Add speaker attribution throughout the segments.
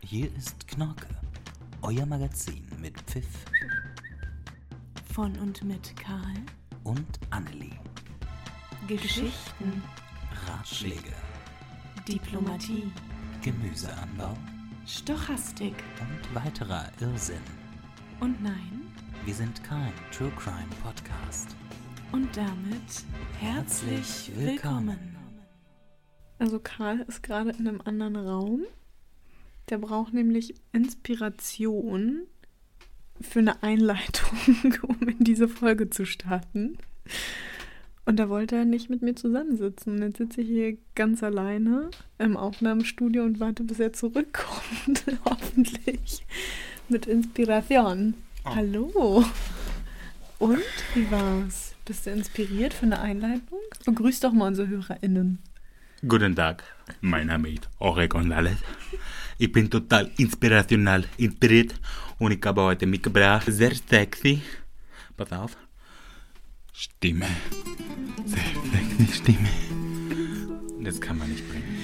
Speaker 1: Hier ist Knorke, euer Magazin mit Pfiff
Speaker 2: Von und mit Karl.
Speaker 1: und Annelie.
Speaker 2: Geschichten,
Speaker 1: Ratschläge,
Speaker 2: Diplomatie,
Speaker 1: Gemüseanbau
Speaker 2: Stochastik
Speaker 1: und weiterer Irrsinn.
Speaker 2: und nein.
Speaker 1: Wir sind kein True Crime Podcast.
Speaker 2: Und damit herzlich
Speaker 1: Herzlich willkommen.
Speaker 2: willkommen.
Speaker 3: Also Karl ist gerade in einem anderen Raum. Der braucht nämlich Inspiration für eine Einleitung, um in diese Folge zu starten. Und da wollte er nicht mit mir zusammensitzen. Jetzt sitze ich hier ganz alleine im Aufnahmestudio und warte, bis er zurückkommt. Hoffentlich. Mit Inspiration. Hallo. Und wie war's? Bist du inspiriert für eine Einleitung? Begrüß doch mal unsere HörerInnen.
Speaker 4: Guten Tag, mein Name ist Jorge González. Ich bin total inspirational inspiriert und ich habe heute mitgebracht sehr sexy, pass auf, Stimme. Sehr sexy Stimme. Das kann man nicht bringen.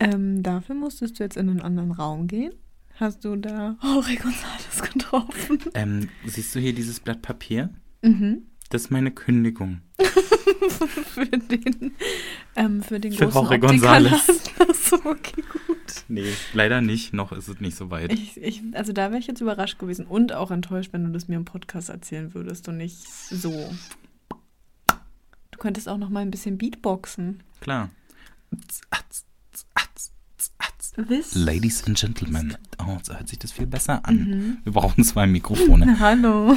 Speaker 3: Ähm, dafür musstest du jetzt in einen anderen Raum gehen. Hast du da Jorge González getroffen?
Speaker 4: Ähm, siehst du hier dieses Blatt Papier?
Speaker 3: Mhm.
Speaker 4: Das ist meine Kündigung.
Speaker 3: Für den, ähm, für den
Speaker 4: Für
Speaker 3: großen
Speaker 4: Jorge
Speaker 3: Optikerladen. Achso, okay, gut.
Speaker 4: Nee, leider nicht, noch ist es nicht so weit.
Speaker 3: Ich, ich, also da wäre ich jetzt überrascht gewesen und auch enttäuscht, wenn du das mir im Podcast erzählen würdest und nicht so. Du könntest auch noch mal ein bisschen Beatboxen.
Speaker 4: Klar.
Speaker 3: Wiss?
Speaker 4: Ladies and Gentlemen, oh, so hört sich das viel besser an.
Speaker 3: Mhm.
Speaker 4: Wir brauchen zwei Mikrofone.
Speaker 3: Hallo.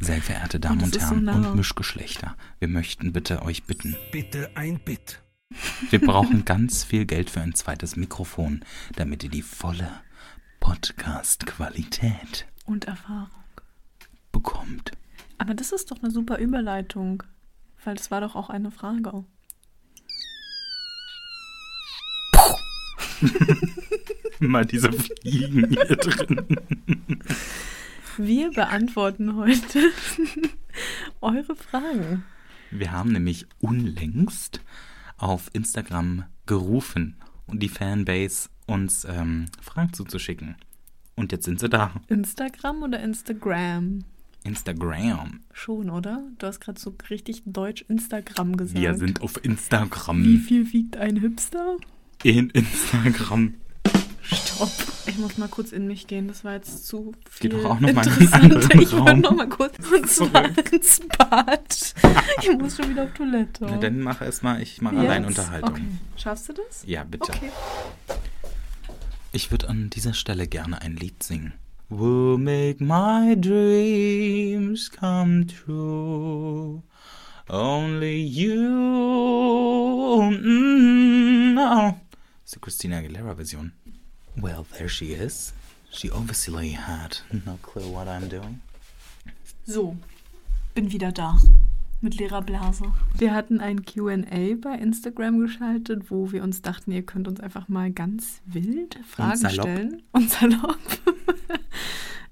Speaker 4: Sehr verehrte Damen
Speaker 3: Das
Speaker 4: und
Speaker 3: ist so
Speaker 4: Herren
Speaker 3: nah.
Speaker 4: und Mischgeschlechter, wir möchten bitte euch bitten.
Speaker 5: Bitte ein Bit.
Speaker 4: Wir brauchen ganz viel Geld für ein zweites Mikrofon, damit ihr die volle Podcast-Qualität
Speaker 3: Und Erfahrung.
Speaker 4: bekommt.
Speaker 3: Aber das ist doch eine super Überleitung, weil das war doch auch eine Frage.
Speaker 4: Mal diese Fliegen hier drin.
Speaker 3: Wir beantworten heute eure Fragen.
Speaker 4: Wir haben nämlich unlängst auf Instagram gerufen und die Fanbase uns ähm, Fragen zuzuschicken. Und jetzt sind sie da.
Speaker 3: Instagram oder Instagram?
Speaker 4: Instagram.
Speaker 3: Schon, oder? Du hast gerade so richtig deutsch Instagram gesagt.
Speaker 4: Wir sind auf
Speaker 3: Wie
Speaker 4: Instagram.
Speaker 3: viel wiegt ein Hipster?
Speaker 4: In Instagram.
Speaker 3: Stopp. Ich muss mal kurz in mich gehen. Das war jetzt zu viel.
Speaker 4: Geh doch auch noch mal in einen
Speaker 3: interessant.
Speaker 4: anderen
Speaker 3: Ich will
Speaker 4: Raum.
Speaker 3: noch mal kurz und zwar ins Bad. Ich muss schon wieder auf Toilette.
Speaker 4: Na, dann mach erstmal, ich mache
Speaker 3: Jetzt?
Speaker 4: allein Unterhaltung.
Speaker 3: Okay. Schaffst du das?
Speaker 4: Ja, bitte.
Speaker 3: Okay.
Speaker 4: Ich würde an dieser Stelle gerne ein Lied singen. We'll make my dreams come true. Only you. Mm, no. Das ist die Christina Aguilera-Version. Well, there she is. She obviously had no clue what I'm doing.
Speaker 3: So, bin wieder da mit leerer Blase. Wir hatten ein QA bei Instagram geschaltet, wo wir uns dachten, ihr könnt uns einfach mal ganz wild Fragen
Speaker 4: salopp.
Speaker 3: stellen. Und salopp.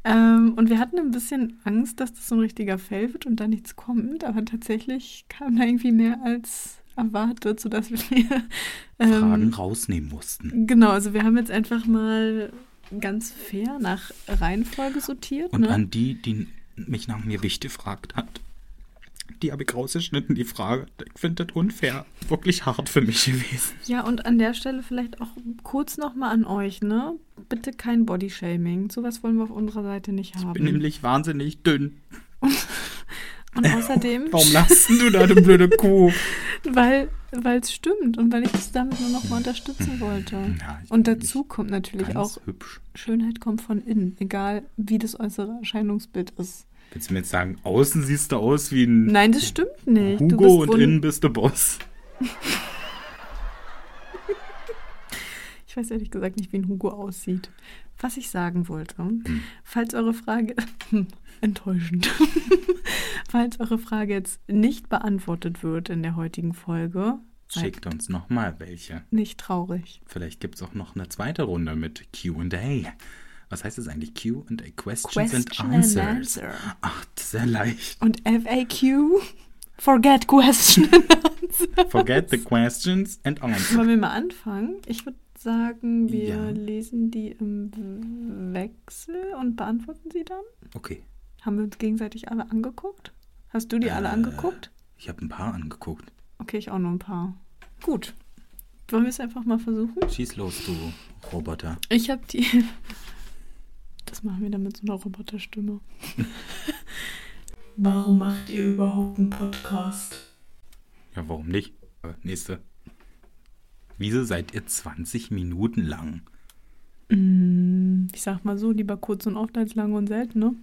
Speaker 3: ähm, und wir hatten ein bisschen Angst, dass das so ein richtiger Fail wird und da nichts kommt, aber tatsächlich kam da irgendwie mehr als erwartet, sodass wir ähm,
Speaker 4: Fragen rausnehmen mussten.
Speaker 3: Genau, also wir haben jetzt einfach mal ganz fair nach Reihenfolge sortiert.
Speaker 4: Und
Speaker 3: ne?
Speaker 4: an die, die mich nach mir wichtig gefragt hat, die habe ich rausgeschnitten, die Frage. Ich finde das unfair. Wirklich hart für mich gewesen.
Speaker 3: Ja, und an der Stelle vielleicht auch kurz nochmal an euch, ne? Bitte kein Bodyshaming. Sowas wollen wir auf unserer Seite nicht haben.
Speaker 4: Ich bin nämlich wahnsinnig dünn.
Speaker 3: und außerdem,
Speaker 4: Warum lachst du da, du blöde Kuh?
Speaker 3: weil es stimmt und weil ich das damit nur nochmal unterstützen wollte.
Speaker 4: Ja, ich
Speaker 3: Und
Speaker 4: bin
Speaker 3: dazu kommt
Speaker 4: nicht
Speaker 3: natürlich
Speaker 4: ganz
Speaker 3: auch,
Speaker 4: hübsch.
Speaker 3: Schönheit kommt von innen, egal wie das äußere Erscheinungsbild ist.
Speaker 4: Willst du mir jetzt sagen, außen siehst du aus wie ein
Speaker 3: Nein, das stimmt nicht. du bist
Speaker 4: Hugo und
Speaker 3: wund-
Speaker 4: innen bist du Boss?
Speaker 3: Ich weiß ehrlich gesagt nicht, wie ein Hugo aussieht. Was ich sagen wollte,
Speaker 4: Hm.
Speaker 3: falls eure Frage enttäuschend, falls eure Frage jetzt nicht beantwortet wird in der heutigen Folge, seid
Speaker 4: Schickt uns nochmal welche.
Speaker 3: nicht traurig.
Speaker 4: Vielleicht gibt es auch noch eine zweite Runde mit Q&A. Was heißt das eigentlich? Q&A? Questions and Answers. Ach, sehr leicht.
Speaker 3: Und FAQ, forget question.
Speaker 4: Forget the questions and answers.
Speaker 3: Wollen wir mal anfangen? Ich würde sagen, wir
Speaker 4: Ja.
Speaker 3: lesen die im W- Wechsel und beantworten sie dann?
Speaker 4: Okay,
Speaker 3: Haben wir uns gegenseitig alle angeguckt? Hast du die alle
Speaker 4: Äh.
Speaker 3: angeguckt?
Speaker 4: ich habe ein paar angeguckt.
Speaker 3: Okay, ich auch nur ein paar. Gut. Wollen wir es einfach mal versuchen?
Speaker 4: Schieß los, du Roboter.
Speaker 3: Ich habe die. Das machen wir dann mit so einer Roboterstimme.
Speaker 6: Warum macht ihr überhaupt einen Podcast?
Speaker 4: Ja, warum nicht? Aber Nächste. Wieso seid ihr 20 Minuten lang?
Speaker 3: Mm, Ich sag mal so, lieber kurz und oft als lange und selten, ne?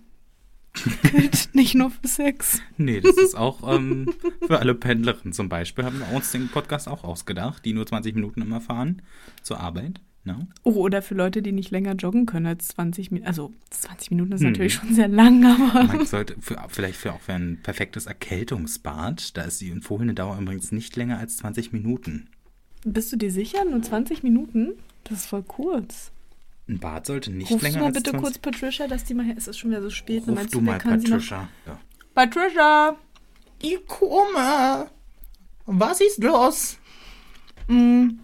Speaker 3: Gilt nicht nur für Sex.
Speaker 4: Nee, das ist auch ähm, für alle Pendlerinnen zum Beispiel. Haben wir uns den Podcast auch ausgedacht, die nur 20 Minuten immer fahren zur Arbeit. ne?
Speaker 3: Oh, oder für Leute, die nicht länger joggen können als 20 Minuten. Also 20 Minuten ist
Speaker 4: Hm.
Speaker 3: natürlich schon sehr lang, aber.
Speaker 4: Man sollte für, vielleicht für auch für ein perfektes Erkältungsbad, da ist die empfohlene Dauer übrigens nicht länger als 20 Minuten.
Speaker 3: Bist du dir sicher? Nur 20 Minuten? Das ist voll kurz.
Speaker 4: Ein Bad sollte nicht
Speaker 3: Rufst du
Speaker 4: länger
Speaker 3: mal
Speaker 4: als
Speaker 3: bitte
Speaker 4: 20
Speaker 3: kurz Patricia, dass die mal her. Es ist schon wieder so spät. ne?
Speaker 4: Ruf
Speaker 3: Meinst
Speaker 4: du
Speaker 3: wir
Speaker 4: mal
Speaker 3: können sie noch-
Speaker 4: Patricia. Ja.
Speaker 3: Patricia!
Speaker 7: Ich komme. Was ist los?
Speaker 3: Mm.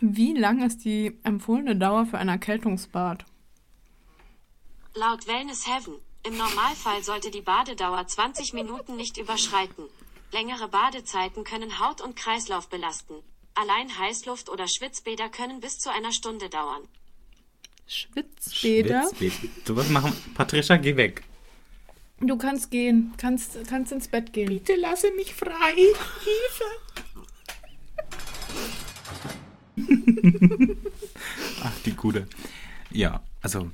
Speaker 3: Wie lang ist die empfohlene Dauer für ein Erkältungsbad?
Speaker 8: Laut Wellness Heaven, im Normalfall sollte die Badedauer 20 Minuten nicht überschreiten. Längere Badezeiten können Haut und Kreislauf belasten. Allein Heißluft oder Schwitzbäder können bis zu einer Stunde dauern.
Speaker 3: Schwitzbäder.
Speaker 4: Schwitzbäder. So was machen. Patricia, geh weg.
Speaker 3: Du kannst gehen, kannst, kannst ins Bett gehen.
Speaker 7: Bitte lasse mich frei. Hilfe.
Speaker 4: Ach, die Gute. Ja, also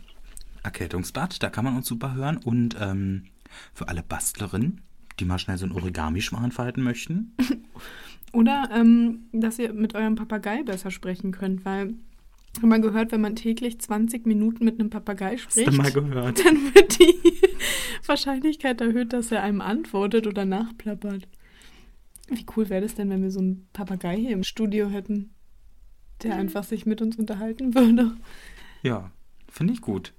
Speaker 4: Erkältungsbad, da kann man uns super hören. Und ähm, für alle Bastlerinnen, die mal schnell so ein Origami-Schwan falten möchten.
Speaker 3: Oder, ähm, dass ihr mit eurem Papagei besser sprechen könnt, weil, hab mal gehört, wenn man täglich 20 Minuten mit einem Papagei
Speaker 4: Hast
Speaker 3: spricht,
Speaker 4: du mal gehört?
Speaker 3: dann wird die Wahrscheinlichkeit erhöht, dass er einem antwortet oder nachplappert. Wie cool wäre das denn, wenn wir so einen Papagei hier im Studio hätten, der einfach sich mit uns unterhalten würde?
Speaker 4: Ja, finde ich gut.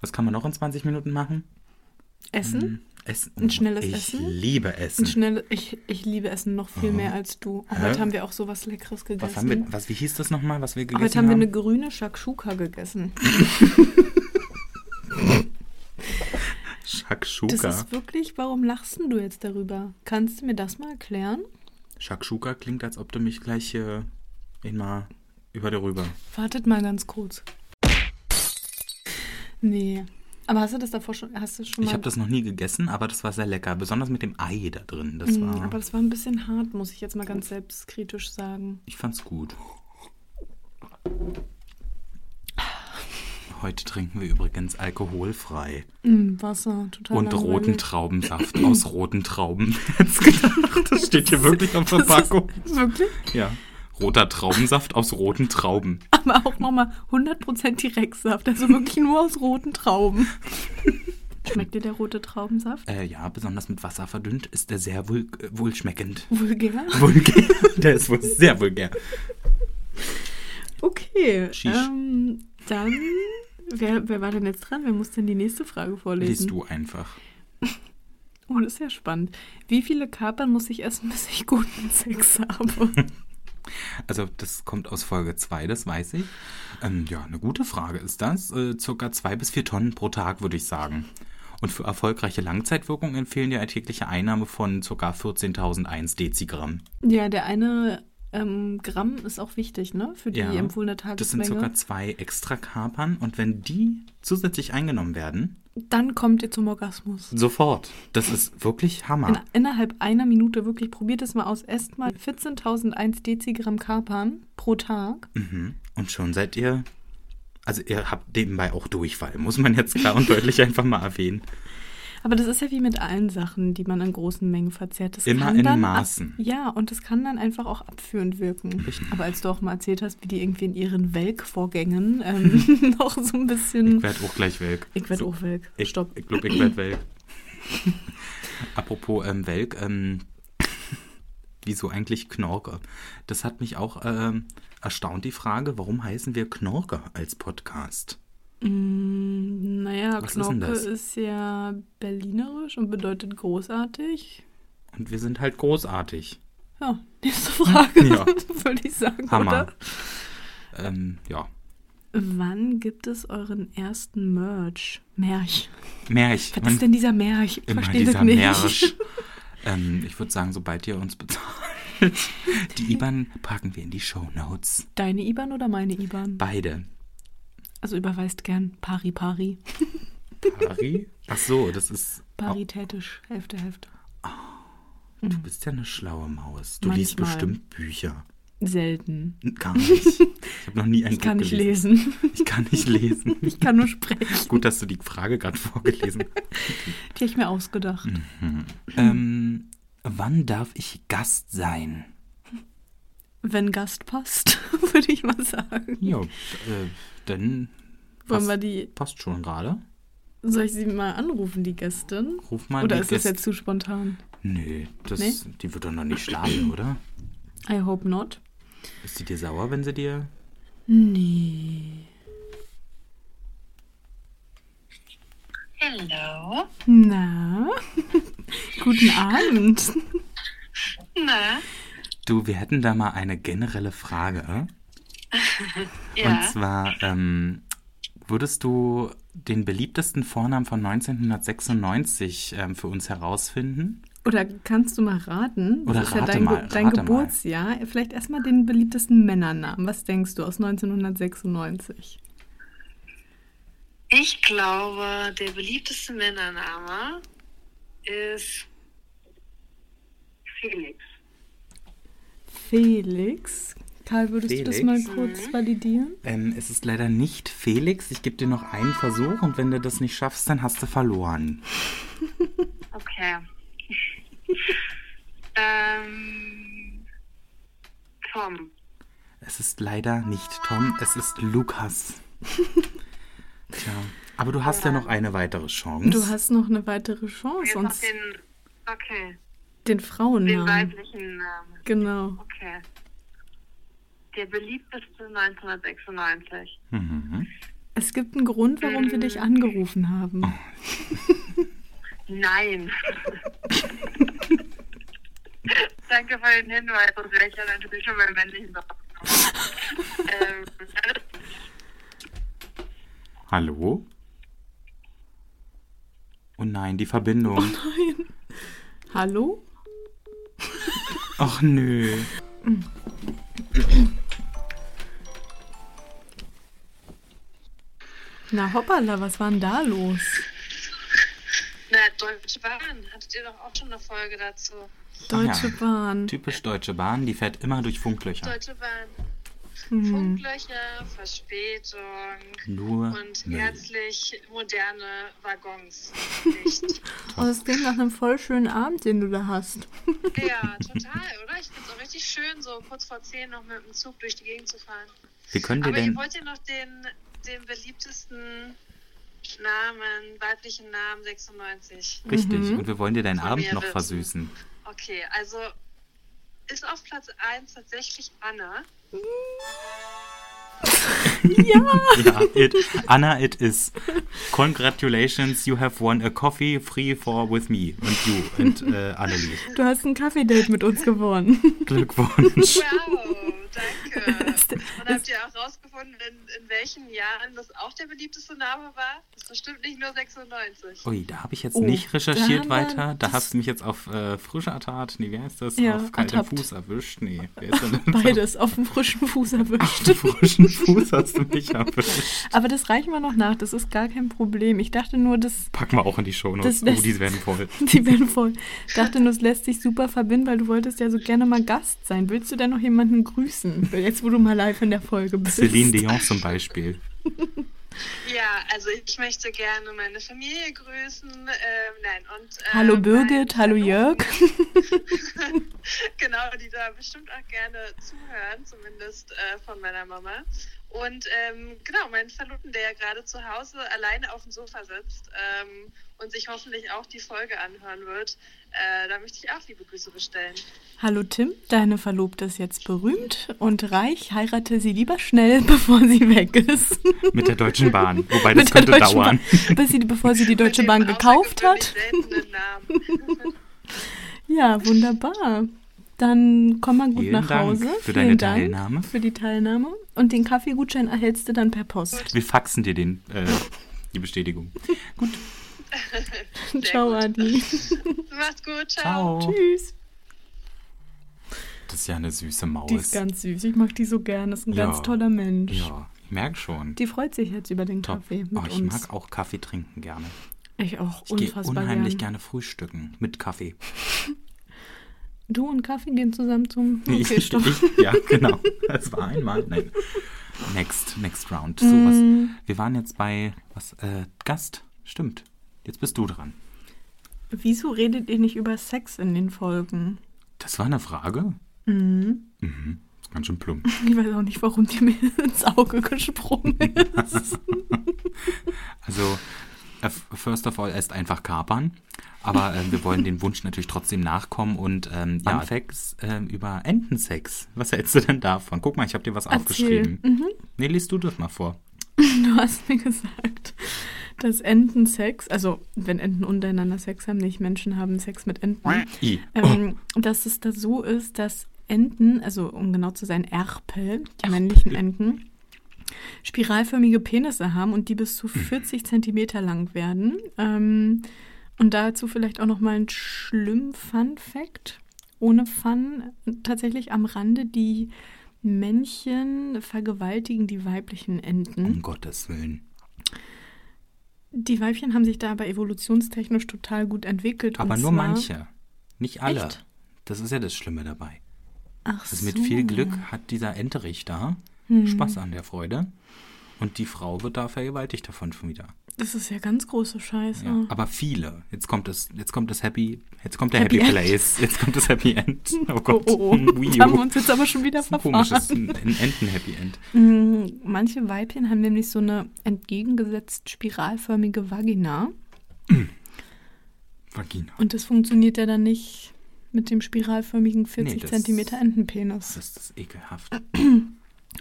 Speaker 4: Was kann man noch in 20 Minuten machen? Mhm.
Speaker 3: Essen?
Speaker 4: Essen.
Speaker 3: Ein schnelles
Speaker 4: ich
Speaker 3: Essen?
Speaker 4: liebe
Speaker 3: Ein
Speaker 4: Essen.
Speaker 3: schnelles, ich, ich liebe Essen noch viel mehr als du. Oh,
Speaker 4: Mhm. Hä?
Speaker 3: heute haben wir auch sowas Leckeres gegessen.
Speaker 4: was haben wir, was, wie hieß das nochmal, was wir
Speaker 3: Aber
Speaker 4: gegessen
Speaker 3: Heute haben wir
Speaker 4: haben?
Speaker 3: eine grüne Shakshuka gegessen. Das
Speaker 4: Shakshuka.
Speaker 3: ist wirklich, warum lachst denn du jetzt darüber? Kannst du mir das mal erklären?
Speaker 4: Shakshuka klingt, als ob du mich gleich hier ihn mal über dir rüber.
Speaker 3: Wartet mal ganz kurz. Nee. Aber hast du das davor schon, hast du schon mal...
Speaker 4: Ich habe das noch nie gegessen, aber das war sehr lecker. Besonders mit dem Ei da drin. Das
Speaker 3: Mm,
Speaker 4: war,
Speaker 3: aber das war ein bisschen hart, muss ich jetzt mal ganz selbstkritisch sagen.
Speaker 4: ich fand's gut. Heute trinken wir übrigens alkoholfrei
Speaker 3: Mm, Wasser, total
Speaker 4: und
Speaker 3: langweilig.
Speaker 4: roten Traubensaft aus roten Trauben. Wer hätt's gedacht? Das steht hier wirklich auf
Speaker 3: Das
Speaker 4: Verpackung.
Speaker 3: ist Wirklich?
Speaker 4: Ja. Roter Traubensaft aus roten Trauben.
Speaker 3: Aber auch nochmal 100% Direktsaft, also wirklich nur aus roten Trauben. Schmeckt dir der rote Traubensaft?
Speaker 4: Äh, ja, besonders mit Wasser verdünnt ist der sehr wohl, äh, wohlschmeckend.
Speaker 3: Vulgär?
Speaker 4: Vulgär. Der ist wohl sehr vulgär.
Speaker 3: Okay,
Speaker 4: Sheesh.
Speaker 3: ähm, dann, wer, wer war denn jetzt dran? Wer muss denn die nächste Frage vorlesen?
Speaker 4: Lies du einfach.
Speaker 3: Oh, das ist ja spannend. Wie viele Kapern muss ich essen, bis ich guten Sex habe?
Speaker 4: Also das kommt aus Folge 2, das weiß ich. Ähm, ja, eine gute Frage ist das. Äh, circa 2 bis 4 Tonnen pro Tag, würde ich sagen. Und für erfolgreiche Langzeitwirkung empfehlen die eine tägliche Einnahme von circa 14.001 Dezigramm.
Speaker 3: ja, der eine ähm, Gramm ist auch wichtig, ne? Für die
Speaker 4: Ja,
Speaker 3: empfohlene
Speaker 4: Das sind
Speaker 3: Tagesmenge.
Speaker 4: circa zwei extra Kapern und wenn die zusätzlich eingenommen werden,
Speaker 3: Dann kommt ihr zum Orgasmus.
Speaker 4: sofort. Das ist wirklich
Speaker 3: In,
Speaker 4: Hammer.
Speaker 3: innerhalb einer Minute wirklich, probiert es mal aus. Esst mal 14.001 Dezigramm Kapern pro Tag.
Speaker 4: Mhm. Und schon seid ihr. Also ihr habt nebenbei auch Durchfall, muss man jetzt klar und deutlich einfach mal erwähnen.
Speaker 3: Aber das ist ja wie mit allen Sachen, die man in großen Mengen verzehrt. Das
Speaker 4: Immer
Speaker 3: kann
Speaker 4: in
Speaker 3: dann
Speaker 4: Maßen.
Speaker 3: Ab, ja, und das kann dann einfach auch abführend wirken. Aber als du auch mal erzählt hast, wie die irgendwie in ihren Welk-Vorgängen ähm, noch so ein bisschen...
Speaker 4: Ich werd auch gleich welk.
Speaker 3: Ich werde auch Welk.
Speaker 4: Ich,
Speaker 3: Stopp.
Speaker 4: Ich glaube, ich werde welk. Apropos ähm, welk, ähm, wieso eigentlich Knorke? Das hat mich auch ähm, erstaunt, die Frage, warum heißen wir Knorke als Podcast?
Speaker 3: Mm, naja,
Speaker 4: Was ist denn
Speaker 3: Knorke
Speaker 4: das?
Speaker 3: ist, ja berlinerisch und bedeutet großartig.
Speaker 4: Und wir sind halt großartig.
Speaker 3: Ja, nächste Frage,
Speaker 4: Ja.
Speaker 3: würde ich sagen,
Speaker 4: Hammer.
Speaker 3: oder?
Speaker 4: Ähm, ja.
Speaker 3: Wann gibt es euren ersten Merch? Merch.
Speaker 4: Märch.
Speaker 3: Was ist
Speaker 4: Und
Speaker 3: denn dieser Merch? Ich
Speaker 4: immer
Speaker 3: verstehe
Speaker 4: dieser
Speaker 3: das nicht.
Speaker 4: Märsch. ähm, ich würde sagen, sobald ihr uns bezahlt, die IBAN packen wir in die Shownotes.
Speaker 3: Deine IBAN oder meine IBAN?
Speaker 4: Beide.
Speaker 3: Also überweist gern pari pari.
Speaker 4: Pari? Ach so, das ist...
Speaker 3: Paritätisch.
Speaker 4: Oh.
Speaker 3: Hälfte, Hälfte.
Speaker 4: Du bist ja eine schlaue Maus. Du liest
Speaker 3: Manchmal.
Speaker 4: bestimmt Bücher.
Speaker 3: Selten.
Speaker 4: Gar nicht. Ich habe noch nie einen
Speaker 3: Ich kann
Speaker 4: Buch
Speaker 3: nicht
Speaker 4: gelesen.
Speaker 3: lesen.
Speaker 4: Ich kann nicht lesen.
Speaker 3: Ich kann nur sprechen.
Speaker 4: Gut, dass du die Frage gerade vorgelesen hast.
Speaker 3: Die habe ich mir ausgedacht.
Speaker 4: Hm.
Speaker 9: Ähm, wann darf ich Gast sein?
Speaker 3: Wenn Gast passt, würde ich mal sagen.
Speaker 4: Ja, äh, dann
Speaker 3: Wollen
Speaker 4: passt,
Speaker 3: wir die.
Speaker 4: passt schon gerade.
Speaker 3: Soll ich sie mal anrufen, die Gästin?
Speaker 4: Ruf mal
Speaker 3: Oder
Speaker 4: die
Speaker 3: ist das
Speaker 4: Gäste-
Speaker 3: jetzt zu spontan?
Speaker 4: Nö, das,
Speaker 3: Nee?
Speaker 4: die wird doch noch nicht schlafen, oder?
Speaker 3: I hope not.
Speaker 4: Ist sie dir sauer, wenn sie dir...
Speaker 3: Nee.
Speaker 10: Hallo?
Speaker 3: Na? Guten Abend.
Speaker 10: Na?
Speaker 4: Du, wir hätten da mal eine generelle Frage. Und
Speaker 10: Ja.
Speaker 4: zwar, ähm, würdest du den beliebtesten Vornamen von 1996 ähm, für uns herausfinden?
Speaker 3: Oder kannst du mal raten?
Speaker 4: Oder
Speaker 3: das ist ja
Speaker 4: rate
Speaker 3: dein, Ge-
Speaker 4: mal,
Speaker 3: dein
Speaker 4: rate mal.
Speaker 3: Geburtsjahr. Vielleicht erstmal den beliebtesten Männernamen. Was denkst du aus 1996?
Speaker 10: Ich glaube, der beliebteste Männername ist Felix.
Speaker 3: Felix. Karl, würdest du das mal
Speaker 4: Felix?
Speaker 3: kurz validieren?
Speaker 4: Ähm, es ist leider nicht Felix. Ich gebe dir noch einen Versuch und wenn du das nicht schaffst, dann hast du verloren.
Speaker 10: Okay. ähm, Tom.
Speaker 4: Es ist leider nicht Tom, es ist Lukas. Tja, aber du hast ja noch eine weitere Chance.
Speaker 3: Du hast noch eine weitere Chance,
Speaker 10: Jetzt noch
Speaker 3: sonst den,
Speaker 10: den, okay, den
Speaker 3: Frauennamen.
Speaker 10: weiblichen Namen.
Speaker 3: Genau.
Speaker 10: Okay. Der beliebteste 1996.
Speaker 4: Mhm.
Speaker 3: Es gibt einen Grund, warum wir dich angerufen haben.
Speaker 10: Nein. Danke für den Hinweis, sonst wäre ich ja natürlich schon beim männlichen Doktor. ähm, alles-
Speaker 4: Hallo? Oh nein, die Verbindung. Oh.
Speaker 3: Nein. Hallo?
Speaker 4: Ach nö.
Speaker 3: Na hoppala, was war denn da los?
Speaker 10: Na, Deutsche Bahn, hattet ihr doch auch schon eine Folge dazu.
Speaker 3: Deutsche
Speaker 4: ja.
Speaker 3: Bahn.
Speaker 4: Typisch Deutsche Bahn, die fährt immer durch Funklöcher.
Speaker 10: Deutsche Bahn.
Speaker 3: Hm.
Speaker 10: Funklöcher, Verspätung
Speaker 4: Nur
Speaker 10: und
Speaker 4: Müll.
Speaker 10: herzlich moderne Waggons. Nicht?
Speaker 3: Oh, das klingt nach einem voll schönen Abend, den du da hast.
Speaker 10: ja, total, oder? Ich finde es auch richtig schön, so kurz vor 10 noch mit dem Zug durch die Gegend zu fahren.
Speaker 4: Wie können wir
Speaker 10: Aber ihr
Speaker 4: denn...
Speaker 10: wollt ja noch den, den beliebtesten Namen, weiblichen Namen 96.
Speaker 4: Richtig,
Speaker 3: Mhm.
Speaker 4: und wir wollen dir deinen
Speaker 10: Von
Speaker 4: Abend
Speaker 10: mir
Speaker 4: noch
Speaker 10: wissen.
Speaker 4: versüßen.
Speaker 10: Okay, also ist auf Platz 1 tatsächlich Anna.
Speaker 4: Ja, it, Anna, it is. Congratulations, you have won a coffee free for with me and you and äh, Annelie.
Speaker 3: Du hast ein Kaffee-Date mit uns gewonnen.
Speaker 4: Glückwunsch.
Speaker 10: Wow, danke.
Speaker 3: Ist-
Speaker 10: Und habt ihr auch rausgefunden, in, in welchen Jahren das auch der beliebteste Name war? Das ist bestimmt nicht nur 96.
Speaker 4: Ui, da habe ich jetzt
Speaker 3: Oh,
Speaker 4: nicht
Speaker 3: da
Speaker 4: recherchiert
Speaker 3: haben wir-
Speaker 4: weiter. Da
Speaker 3: das-
Speaker 4: hast du mich jetzt auf äh, frische Attat, nee, wie heißt das?
Speaker 3: Ja,
Speaker 4: auf kalten
Speaker 3: ertappt.
Speaker 4: Fuß erwischt. Nee, wer ist denn
Speaker 3: Beides auf dem frischen Fuß erwischt.
Speaker 4: auf frischen Fuß hast du mich erwischt.
Speaker 3: Aber das reichen wir noch nach, das ist gar kein Problem. Ich dachte nur, das,
Speaker 4: Packen wir auch in die Shownotes.
Speaker 3: Das lässt-
Speaker 4: Oh, die werden voll.
Speaker 3: die werden voll. Ich dachte nur, das lässt sich super verbinden, weil du wolltest ja so gerne mal Gast sein. Willst du denn noch jemanden grüßen? Jetzt, wo du mal live in der Folge bist.
Speaker 4: Celine Dion zum Beispiel.
Speaker 10: Ja, also ich möchte gerne meine Familie grüßen. Ähm, nein, und, äh,
Speaker 3: Hallo
Speaker 10: mein
Speaker 3: Birgit, hallo
Speaker 10: Verlobten.
Speaker 3: Jörg.
Speaker 10: genau, die da bestimmt auch gerne zuhören, zumindest äh, von meiner Mama. Und ähm, genau, meinen Verlobten, der ja gerade zu Hause alleine auf dem Sofa sitzt ähm, und sich hoffentlich auch die Folge anhören wird, äh, da möchte ich auch liebe Grüße bestellen.
Speaker 3: Hallo Tim, deine Verlobte ist jetzt berühmt und reich. Heirate sie lieber schnell, bevor sie weg ist.
Speaker 4: Mit der Deutschen Bahn. Wobei das
Speaker 3: der
Speaker 4: könnte
Speaker 3: Deutschen
Speaker 4: dauern.
Speaker 3: Bahn, bis sie, bevor sie die Deutsche
Speaker 10: Mit
Speaker 3: Bahn
Speaker 10: dem
Speaker 3: gekauft hat.
Speaker 10: außergewöhnlich seltenen Namen.
Speaker 3: Ja, wunderbar. Dann komm mal gut
Speaker 4: Vielen
Speaker 3: nach
Speaker 4: Dank
Speaker 3: Hause.
Speaker 4: für
Speaker 3: Vielen
Speaker 4: deine
Speaker 3: Dank
Speaker 4: Teilnahme.
Speaker 3: Für die Teilnahme. Und den Kaffeegutschein erhältst du dann per Post.
Speaker 4: Wir faxen dir den, äh, die Bestätigung.
Speaker 3: Ciao,
Speaker 10: gut.
Speaker 3: Adi.
Speaker 10: Macht's gut, ciao.
Speaker 4: Ciao.
Speaker 3: Tschüss.
Speaker 4: Das ist ja eine süße Maus.
Speaker 3: Die ist ganz süß. Ich mag die so gern. Das ist ein
Speaker 4: Oh, Ja.
Speaker 3: ganz toller Mensch.
Speaker 4: ja, ich merke schon.
Speaker 3: Die freut sich jetzt über den
Speaker 4: Top.
Speaker 3: Kaffee mit
Speaker 4: oh, ich
Speaker 3: uns.
Speaker 4: mag auch Kaffee trinken gerne.
Speaker 3: ich auch
Speaker 4: Ich gehe
Speaker 3: unfassbar
Speaker 4: unheimlich
Speaker 3: gern.
Speaker 4: gerne frühstücken mit Kaffee.
Speaker 3: Du und Kaffee gehen zusammen zum.
Speaker 4: Ich-
Speaker 3: Okay, stopp.
Speaker 4: ich- ja, genau. Das war einmal. Nein. Next, next round. So was.
Speaker 3: Mm.
Speaker 4: Wir waren jetzt bei was? Äh, Gast. Stimmt. Jetzt bist du dran.
Speaker 3: Wieso redet ihr nicht über Sex in den Folgen?
Speaker 4: Das war eine Frage. Mhm. Ganz schön plump.
Speaker 3: Ich weiß auch nicht, warum die mir ins Auge gesprungen ist.
Speaker 4: Also, äh, first of all, erst einfach kapern. Aber äh, wir wollen den Wunsch natürlich trotzdem nachkommen und ähm, ja, Funfacts ähm, über Entensex. Was hältst du denn davon? Guck mal, ich habe dir was
Speaker 3: Erzähl. Mhm.
Speaker 4: aufgeschrieben. Nee, liest du das mal vor.
Speaker 3: Du hast mir gesagt, dass Enten Sex, also wenn Enten untereinander Sex haben, nicht Menschen haben Sex mit Enten,
Speaker 4: I.
Speaker 3: ähm, dass es da so ist, dass Enten, also um genau zu sein, Erpel, die männlichen Enten, spiralförmige Penisse haben und die bis zu 40 Zentimeter lang werden. Ähm, und dazu vielleicht auch nochmal ein schlimm Fun-Fact. Ohne Fun, tatsächlich am Rande, die Männchen vergewaltigen die weiblichen Enten.
Speaker 4: Um Gottes Willen.
Speaker 3: Die Weibchen haben sich da aber evolutionstechnisch total gut entwickelt.
Speaker 4: Aber
Speaker 3: und
Speaker 4: nur
Speaker 3: zwar,
Speaker 4: manche. Nicht alle.
Speaker 3: Echt?
Speaker 4: Das ist ja das Schlimme dabei.
Speaker 3: Ach
Speaker 4: Dass
Speaker 3: so. Mhm.
Speaker 4: mit viel Glück hat dieser Enterich da Spaß an der Freude. Und die Frau wird da vergewaltigt davon schon wieder.
Speaker 3: Das ist ja ganz große Scheiße.
Speaker 4: Ja, aber viele. Jetzt kommt das, jetzt kommt das Happy, jetzt kommt der
Speaker 3: Happy
Speaker 4: Happy,
Speaker 3: End.
Speaker 4: Place, jetzt kommt das Happy End. Oh
Speaker 3: Oh,
Speaker 4: Gott,
Speaker 3: oh, oh.
Speaker 4: Wii U.
Speaker 3: Da haben wir uns jetzt aber schon wieder
Speaker 4: Das ist ein
Speaker 3: verfahren.
Speaker 4: komisches ein Enten-Happy End.
Speaker 3: Mm, Manche Weibchen haben nämlich so eine entgegengesetzt spiralförmige Vagina.
Speaker 4: Vagina.
Speaker 3: Und das funktioniert ja dann nicht mit dem spiralförmigen 40
Speaker 4: Nee, das-
Speaker 3: cm Entenpenis.
Speaker 4: Das ist das ekelhaft.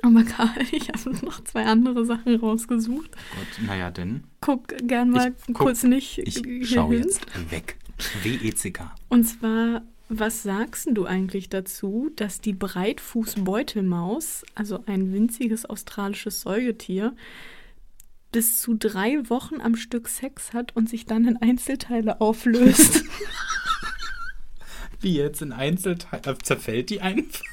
Speaker 4: Oh
Speaker 3: Aber Karl, ich habe noch zwei andere Sachen rausgesucht.
Speaker 4: Gott, naja, denn
Speaker 3: Guck gern mal
Speaker 4: Ich guck-
Speaker 3: kurz nicht
Speaker 4: ich
Speaker 3: hier
Speaker 4: schaue
Speaker 3: hin.
Speaker 4: jetzt weg. E W-E-C-K.
Speaker 3: Und zwar, was sagst denn du eigentlich dazu, dass die Breitfußbeutelmaus, also ein winziges australisches Säugetier, bis zu drei Wochen am Stück Sex hat und sich dann in Einzelteile auflöst?
Speaker 4: Wie jetzt in Einzelteilen zerfällt die einfach.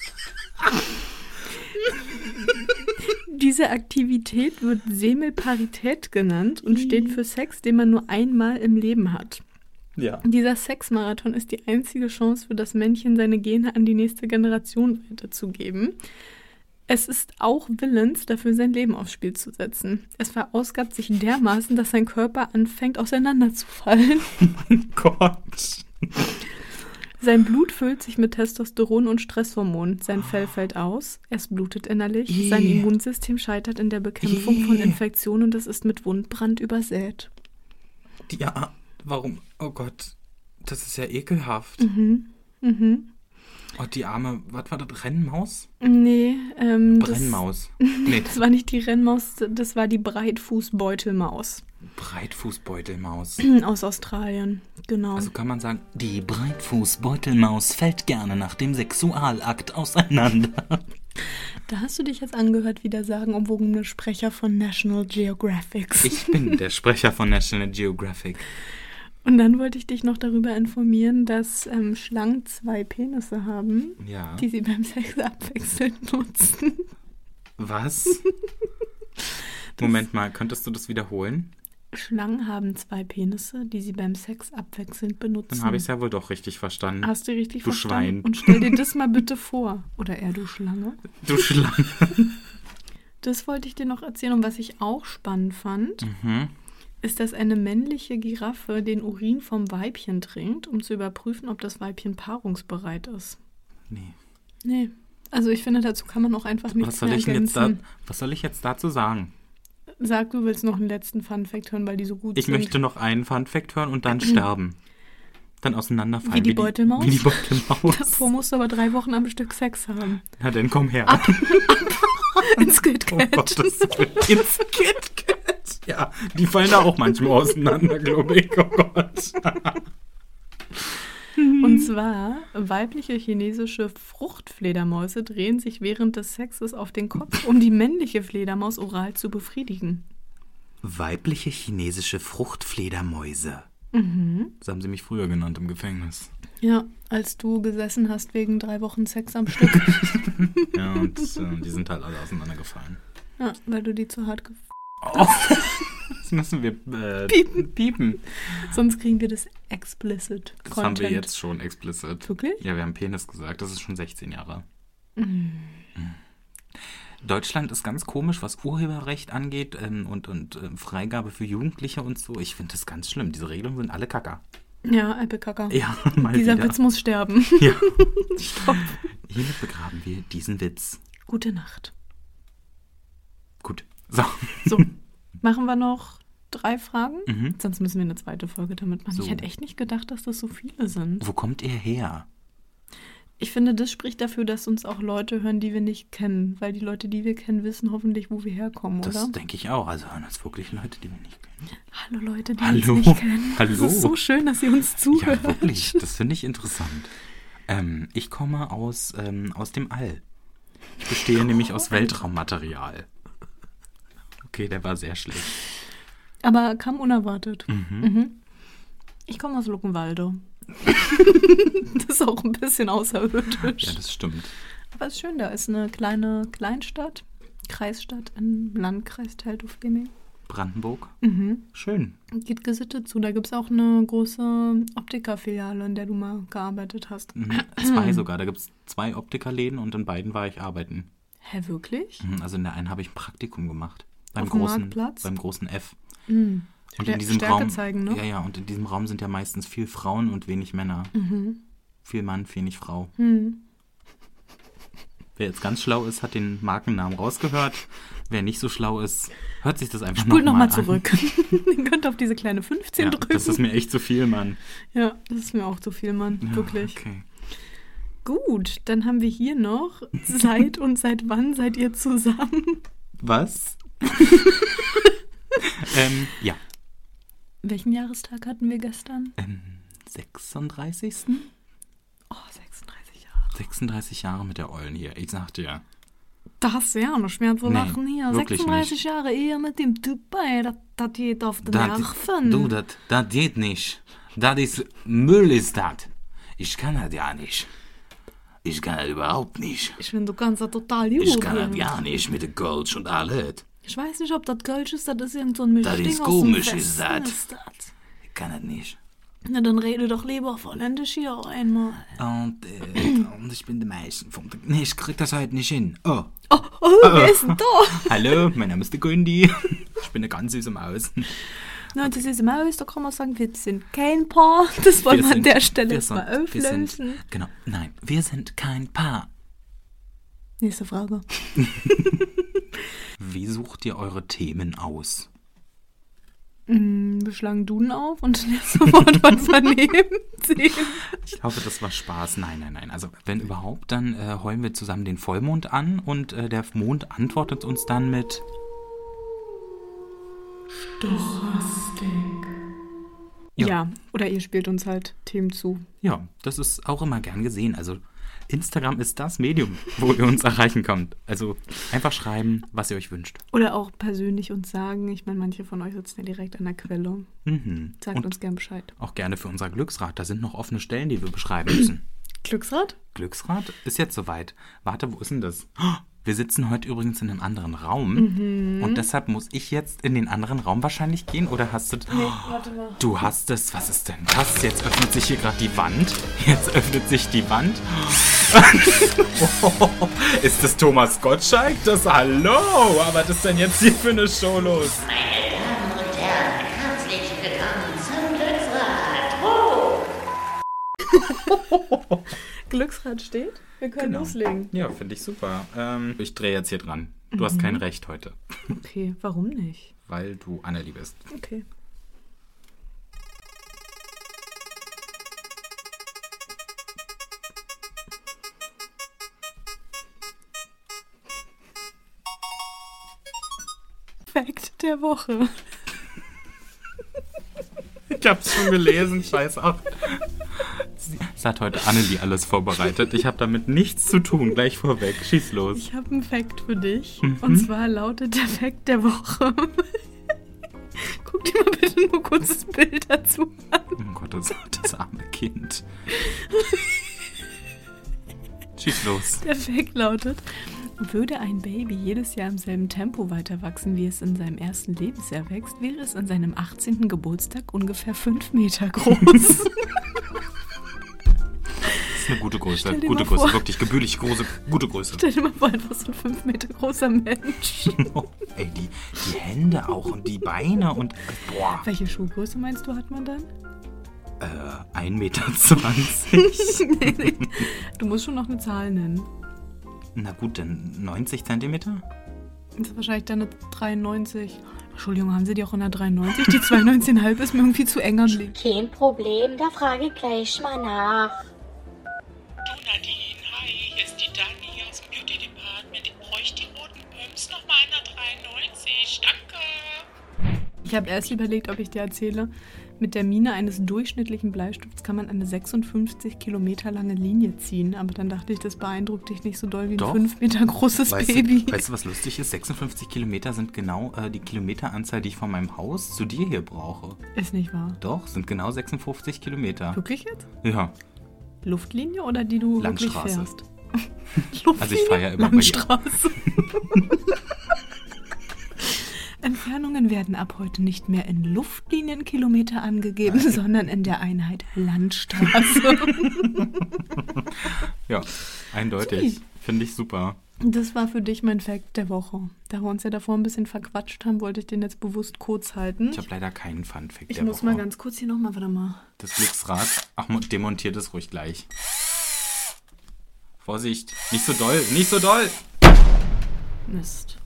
Speaker 3: Diese Aktivität wird Semelparität genannt und steht für Sex, den man nur einmal im Leben hat.
Speaker 4: Ja. oh
Speaker 3: Dieser Sexmarathon ist die einzige Chance für das Männchen, seine Gene an die nächste Generation weiterzugeben. Es ist auch willens, dafür sein Leben aufs Spiel zu setzen. Es verausgabt sich dermaßen, dass sein Körper anfängt, auseinanderzufallen.
Speaker 4: Gott.
Speaker 3: Sein Blut füllt sich mit Testosteron und Stresshormonen. Sein Fell fällt aus. Es blutet innerlich. Sein
Speaker 4: Ih.
Speaker 3: Immunsystem scheitert in der Bekämpfung von
Speaker 4: Ih.
Speaker 3: Infektionen und es ist mit Wundbrand übersät.
Speaker 4: Ja, warum? Oh Gott. Das ist ja ekelhaft.
Speaker 3: Mhm.
Speaker 4: Oh, die arme, was war das? Rennmaus?
Speaker 3: Nee, ähm, das,
Speaker 4: Brennmaus. Nee,
Speaker 3: Das war nicht die Rennmaus, das war die Breitfußbeutelmaus
Speaker 4: Breitfußbeutelmaus.
Speaker 3: aus Australien. Genau.
Speaker 4: Also kann man sagen, die Breitfußbeutelmaus fällt gerne nach dem Sexualakt auseinander.
Speaker 3: da hast du dich jetzt angehört, wie der sagenumwogene Sprecher von National Geographic.
Speaker 4: Ich bin der Sprecher von National Geographic.
Speaker 3: Und dann wollte ich dich noch darüber informieren, dass ähm, Schlangen zwei Penisse haben,
Speaker 4: Ja.
Speaker 3: die sie beim Sex abwechselnd nutzen.
Speaker 4: Was? Moment mal, könntest du das wiederholen?
Speaker 3: Schlangen haben zwei Penisse, die sie beim Sex abwechselnd benutzen.
Speaker 4: Dann habe ich es ja wohl doch richtig verstanden.
Speaker 3: Hast du richtig
Speaker 4: Du
Speaker 3: verstanden?
Speaker 4: Schwein.
Speaker 3: Und stell dir das mal bitte vor. Oder eher du Schlange.
Speaker 4: Du Schlange.
Speaker 3: Das wollte ich dir noch erzählen und was ich auch spannend fand,
Speaker 4: Mhm.
Speaker 3: ist, dass eine männliche Giraffe den Urin vom Weibchen trinkt, um zu überprüfen, ob das Weibchen paarungsbereit ist.
Speaker 4: Nee.
Speaker 3: Nee. Also ich finde, dazu kann man auch einfach nichts
Speaker 4: Was soll,
Speaker 3: mehr
Speaker 4: ich denn jetzt da,
Speaker 3: ergänzen.
Speaker 4: was soll ich jetzt dazu sagen?
Speaker 3: Sag, du willst noch einen letzten Fun-Fact hören, weil die so gut
Speaker 4: Ich
Speaker 3: sind.
Speaker 4: möchte noch einen Funfact hören und dann sterben. Dann auseinanderfallen.
Speaker 3: Wie die Beutelmaus?
Speaker 4: Wie die Beutelmaus.
Speaker 3: Davor musst du aber drei Wochen am Stück Sex haben.
Speaker 4: Na dann komm her. Oh
Speaker 3: Ins KitKat.
Speaker 4: Gottes Willen. Ins Kit Kat. Ja, die fallen da auch manchmal auseinander, glaube ich. Oh Gott.
Speaker 3: Und zwar, weibliche chinesische Fruchtfledermäuse drehen sich während des Sexes auf den Kopf, um die männliche Fledermaus oral zu befriedigen.
Speaker 4: Weibliche chinesische Fruchtfledermäuse.
Speaker 3: Mhm.
Speaker 4: Das haben sie mich früher genannt im Gefängnis.
Speaker 3: Ja, als du gesessen hast wegen drei Wochen Sex am Stück.
Speaker 4: Ja, und äh, die sind halt alle auseinandergefallen.
Speaker 3: ja, weil du die zu hart ge
Speaker 4: Das müssen wir äh,
Speaker 3: Piepen.
Speaker 4: piepen.
Speaker 3: Sonst kriegen wir das explicit
Speaker 4: Das
Speaker 3: Content.
Speaker 4: haben wir jetzt schon explizit.
Speaker 3: Wirklich?
Speaker 4: Ja, wir haben Penis gesagt. Das ist schon 16 Jahre.
Speaker 3: Mhm.
Speaker 4: Deutschland ist ganz komisch, was Urheberrecht angeht ähm, und, und ähm, Freigabe für Jugendliche und so. Ich finde das ganz schlimm. Diese Regeln sind alle kacker.
Speaker 3: Ja, Alpekaka.
Speaker 4: Ja, mal
Speaker 3: Oh. Dieser
Speaker 4: wieder.
Speaker 3: Witz muss sterben.
Speaker 4: Ja.
Speaker 3: Stopp.
Speaker 4: Hiermit begraben wir diesen Witz.
Speaker 3: Gute Nacht.
Speaker 4: Gut. So.
Speaker 3: So, machen wir noch drei Fragen? Sonst müssen wir eine zweite Folge damit machen.
Speaker 4: Mhm. So.
Speaker 3: Ich hätte echt nicht gedacht, dass das so viele sind.
Speaker 4: Wo kommt ihr her?
Speaker 3: Ich finde, das spricht dafür, dass uns auch Leute hören, die wir nicht kennen. Weil die Leute, die wir kennen, wissen hoffentlich, wo wir herkommen,
Speaker 4: Das
Speaker 3: oder?
Speaker 4: denke ich auch. Also hören das wirklich Leute, die wir nicht kennen.
Speaker 3: Hallo Leute, die
Speaker 4: Hallo.
Speaker 3: uns nicht kennen.
Speaker 4: Hallo.
Speaker 3: Es ist so schön, dass ihr uns zuhört.
Speaker 4: Ja, wirklich. Das finde ich interessant. Ähm, ich komme aus, ähm, aus dem All. Ich bestehe nämlich aus Weltraummaterial. Okay, der war sehr schlecht.
Speaker 3: Aber kam unerwartet. Mhm. Ich komme aus Luckenwalde. das ist auch ein bisschen außerirdisch.
Speaker 4: Ja, das stimmt.
Speaker 3: Aber es ist schön, da ist eine kleine Kleinstadt, Kreisstadt im Landkreis Teltow-Fleming.
Speaker 4: Brandenburg.
Speaker 3: Mhm.
Speaker 4: Schön.
Speaker 3: Geht gesittet zu. Da gibt es auch eine große Optikerfiliale, in der du mal gearbeitet hast.
Speaker 4: Mhm. Zwei sogar. Da gibt es zwei Optikerläden und in beiden war ich arbeiten.
Speaker 3: Hä, wirklich?
Speaker 4: Mhm, Also in der einen habe ich ein Praktikum gemacht. Beim
Speaker 3: Auf dem
Speaker 4: großen,
Speaker 3: Marktplatz?
Speaker 4: beim großen F.
Speaker 3: Mhm.
Speaker 4: Und
Speaker 3: Stär-
Speaker 4: in diesem
Speaker 3: Stärke
Speaker 4: Raum,
Speaker 3: zeigen, ne?
Speaker 4: Ja, ja, und in diesem Raum sind ja meistens viel Frauen und wenig Männer. Viel Mann, wenig Frau.
Speaker 3: Mhm.
Speaker 4: Wer jetzt ganz schlau ist, hat den Markennamen rausgehört. Wer nicht so schlau ist, hört sich das einfach
Speaker 3: Spult
Speaker 4: nochmal
Speaker 3: nochmal
Speaker 4: an.
Speaker 3: zurück. Ihr könnt auf diese kleine 15
Speaker 4: Ja,
Speaker 3: drücken.
Speaker 4: das ist mir echt zu viel, Mann.
Speaker 3: ja, das ist mir auch zu viel, Mann.
Speaker 4: Ja,
Speaker 3: Wirklich.
Speaker 4: Okay.
Speaker 3: Gut, dann haben wir hier noch, seit und seit wann seid ihr zusammen?
Speaker 4: Was? ähm, ja,
Speaker 3: Welchen Jahrestag hatten wir gestern?
Speaker 4: ähm, 36.
Speaker 3: Oh, 36 Jahre.
Speaker 4: 36 Jahre mit der Eulen hier. Ich sag dir.
Speaker 3: Das ist ja noch schwer zu
Speaker 4: Nee,
Speaker 3: lachen hier.
Speaker 4: wirklich
Speaker 3: 36 Jahre Ehe mit dem Typ, ey, das, das geht auf den
Speaker 4: Dat-
Speaker 3: Nerven.
Speaker 4: Du, das das geht nicht. Das ist Müll, ist das. Ich kann das ja nicht. Ich kann das überhaupt nicht.
Speaker 3: ich finde, du kannst das total gut.
Speaker 4: Ich kann das
Speaker 3: bringen.
Speaker 4: ja nicht mit dem Kölsch und alles.
Speaker 3: Ich weiß nicht, ob das Kölsch ist, das ist irgend so ein
Speaker 4: Das
Speaker 3: Mischding
Speaker 4: ist
Speaker 3: aus
Speaker 4: komisch,
Speaker 3: dem
Speaker 4: ist
Speaker 3: Westen,
Speaker 4: das.
Speaker 3: ist das.
Speaker 4: Ich kann das nicht.
Speaker 3: Na, dann rede doch lieber auf Holländisch hier auch einmal.
Speaker 4: Und, äh, und ich bin der Meichen vom. Nee, ich krieg das heute nicht hin. Oh.
Speaker 3: Oh, oh, wer ist denn da?
Speaker 4: Hallo, mein Name ist der Gundi. Ich bin eine ganz süße Maus.
Speaker 3: Na, das ist im Aus, da kann man sagen, wir sind kein Paar. Das wollen wir, an
Speaker 4: sind-
Speaker 3: der Stelle
Speaker 4: wir
Speaker 3: jetzt mal
Speaker 4: sind- wir sind-
Speaker 3: auflösen.
Speaker 4: Genau, nein, wir sind kein Paar.
Speaker 3: Nächste Frage.
Speaker 4: Wie sucht ihr eure Themen aus?
Speaker 3: Hm, wir schlagen Duden auf und nächste Wort was daneben sehen.
Speaker 4: Ich hoffe, das war Spaß. Nein, nein, nein. Also, wenn überhaupt, dann äh, heulen wir zusammen den Vollmond an und äh, der Mond antwortet uns dann mit. Ja.
Speaker 3: Ja. oder ihr spielt uns halt Themen zu.
Speaker 4: Ja, das ist auch immer gern gesehen. Also, Instagram ist das Medium, wo ihr uns erreichen könnt. Also, einfach schreiben, was ihr euch wünscht.
Speaker 3: Oder auch persönlich uns sagen. Ich meine, manche von euch sitzen ja direkt an der Quelle.
Speaker 4: Mhm.
Speaker 3: Sagt
Speaker 4: und
Speaker 3: uns gern Bescheid.
Speaker 4: auch gerne für unser Glücksrad. Da sind noch offene Stellen, die wir beschreiben müssen.
Speaker 3: Glücksrad?
Speaker 4: Glücksrad ist jetzt soweit. Warte, wo ist denn das? Oh, Wir sitzen heute übrigens in einem anderen Raum.
Speaker 3: Mhm.
Speaker 4: Und deshalb muss ich jetzt in den anderen Raum wahrscheinlich gehen. Oder hast du.
Speaker 3: Warte mal.
Speaker 4: Du hast es. Was ist denn das? Jetzt öffnet sich hier gerade die Wand. Jetzt öffnet sich die Wand. Oh, ist das Thomas Gottschalk? Das Hallo! Aber was ist denn jetzt hier für eine Show los?
Speaker 11: Herzlich willkommen zum Glücksrad.
Speaker 3: Glücksrad steht? Wir können
Speaker 4: Genau.
Speaker 3: loslegen.
Speaker 4: Ja, finde ich super. Ähm, ich drehe jetzt hier dran. Du hast kein
Speaker 3: Mhm.
Speaker 4: Recht heute,
Speaker 3: Okay, warum nicht?
Speaker 4: weil du Annelie bist.
Speaker 3: Okay. Fact der Woche.
Speaker 4: Ich hab's schon gelesen, scheiß auf. Das hat heute Annelie alles vorbereitet. Ich habe damit nichts zu tun, gleich vorweg. Schieß los.
Speaker 3: Ich habe einen Fact für dich. Und zwar lautet der Fact der Woche. Guck dir mal bitte nur kurz das Bild dazu an.
Speaker 4: Oh Gott, das, das arme Kind. Schieß los.
Speaker 3: Der Fact lautet, würde ein Baby jedes Jahr im selben Tempo weiter wachsen, wie es in seinem ersten Lebensjahr wächst, wäre es an seinem 18. Geburtstag ungefähr 5 Meter groß.
Speaker 4: Das ist eine gute Größe.
Speaker 3: Stell dir
Speaker 4: Gute
Speaker 3: mal vor.
Speaker 4: Größe. Wirklich gebührlich große, gute Größe.
Speaker 3: Stell dir mal vor, einfach so ein 5 Meter großer Mensch.
Speaker 4: Ey, die, die Hände auch und die Beine und. Boah.
Speaker 3: Welche Schuhgröße meinst du, hat man dann?
Speaker 4: 1,20 Meter.
Speaker 3: nee, nee. Du musst schon noch eine Zahl nennen.
Speaker 4: Na gut, dann 90 Zentimeter?
Speaker 3: Das ist wahrscheinlich dann eine 93. Entschuldigung, haben sie die auch in der 93? Die 92,5 ist mir irgendwie zu eng anliegt.
Speaker 12: Kein Problem, da frage ich gleich mal nach.
Speaker 13: Du Nadine, hi, hier ist die Dani aus dem Beauty Department. Ich bräuchte die roten Pumps nochmal in der 93. Danke.
Speaker 3: Ich habe erst überlegt, ob ich dir erzähle, mit der Mine eines durchschnittlichen Bleistifts kann man eine 56 Kilometer lange Linie ziehen. Aber dann dachte ich, das beeindruckt dich nicht so doll wie ein
Speaker 4: Doch.
Speaker 3: 5 Meter großes
Speaker 4: Weißt
Speaker 3: Baby.
Speaker 4: du, weißt du, was lustig ist? 56 Kilometer sind genau äh, die Kilometeranzahl, die ich von meinem Haus zu dir hier brauche.
Speaker 3: ist nicht wahr.
Speaker 4: Doch, sind genau 56 Kilometer.
Speaker 3: Wirklich jetzt?
Speaker 4: Ja.
Speaker 3: Luftlinie oder die du wirklich
Speaker 4: Landstraße.
Speaker 3: fährst? Luftlinie,
Speaker 4: Also ich fahr ja immer bei dir.
Speaker 3: Landstraße. Entfernungen werden ab heute nicht mehr in Luftlinienkilometer angegeben, sondern in der Einheit Landstraße.
Speaker 4: Ja, eindeutig. Finde ich super.
Speaker 3: das war für dich mein Fact der Woche. Da wir uns ja davor ein bisschen verquatscht haben, wollte ich den jetzt bewusst kurz halten.
Speaker 4: Ich habe leider keinen Funfact
Speaker 3: Ich
Speaker 4: der
Speaker 3: muss
Speaker 4: Woche.
Speaker 3: mal ganz kurz hier nochmal, warte mal.
Speaker 4: Das Glücksrad. Ach, mo- demontiert es ruhig gleich. Vorsicht. Nicht so doll. Nicht so doll.
Speaker 3: Mist.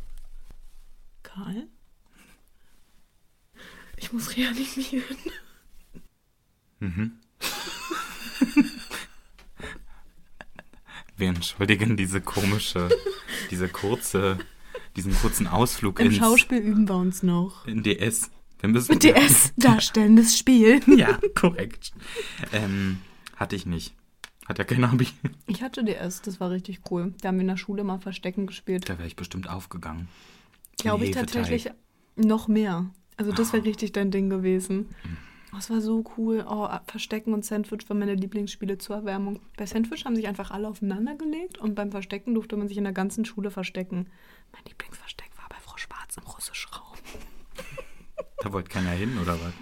Speaker 3: Karl? Ich muss reanimieren.
Speaker 4: Wir entschuldigen diese komische, diese kurze, diesen kurzen Ausflug
Speaker 3: Im
Speaker 4: ins
Speaker 3: Schauspiel üben wir uns noch.
Speaker 4: in DS. Wir müssen
Speaker 3: DS, darstellendes Spiel.
Speaker 4: Ja, korrekt. Ähm, hatte ich nicht. Hat ja kein Abi.
Speaker 3: Ich hatte DS, das war richtig cool. Da haben wir in der Schule mal Verstecken gespielt.
Speaker 4: Da wäre ich bestimmt aufgegangen.
Speaker 3: Glaube ich
Speaker 4: Hefeteig.
Speaker 3: tatsächlich noch mehr. Also das wäre richtig dein Ding gewesen. Oh, es war so cool. Oh, Verstecken und Sandwich waren meine Lieblingsspiele zur Erwärmung. Bei Sandwich haben sich einfach alle aufeinander gelegt und beim Verstecken durfte man sich in der ganzen Schule verstecken. Mein Lieblingsversteck war bei Frau Schwarz im Russischraum.
Speaker 4: Da wollte keiner hin, oder was?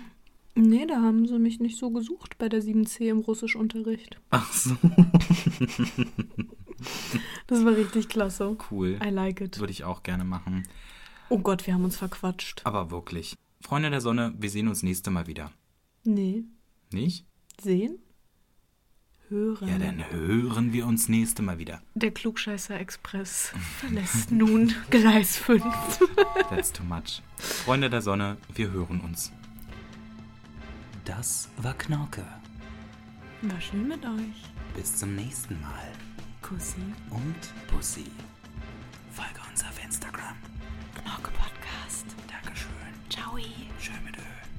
Speaker 3: Nee, da haben sie mich nicht so gesucht bei der 7c im Russischunterricht.
Speaker 4: Ach so,
Speaker 3: Das war richtig klasse.
Speaker 4: cool.
Speaker 3: I like it.
Speaker 4: Würde ich auch gerne machen.
Speaker 3: Oh Gott, wir haben uns verquatscht.
Speaker 4: Aber wirklich. Freunde der Sonne, wir sehen uns nächste Mal wieder.
Speaker 3: Nee.
Speaker 4: Nicht?
Speaker 3: Sehen? Hören.
Speaker 4: Ja, dann hören wir uns nächste Mal wieder.
Speaker 3: Der Klugscheißer Express verlässt nun Gleis 5.
Speaker 4: That's too much. Freunde der Sonne, wir hören uns. Das war Knorke.
Speaker 3: War schön mit euch.
Speaker 4: Bis zum nächsten Mal.
Speaker 3: Kussi.
Speaker 4: Und Pussy. Folge uns auf Instagram.
Speaker 3: Knorke Podcast.
Speaker 4: Dankeschön.
Speaker 3: Ciao.
Speaker 4: Schön mit Öl.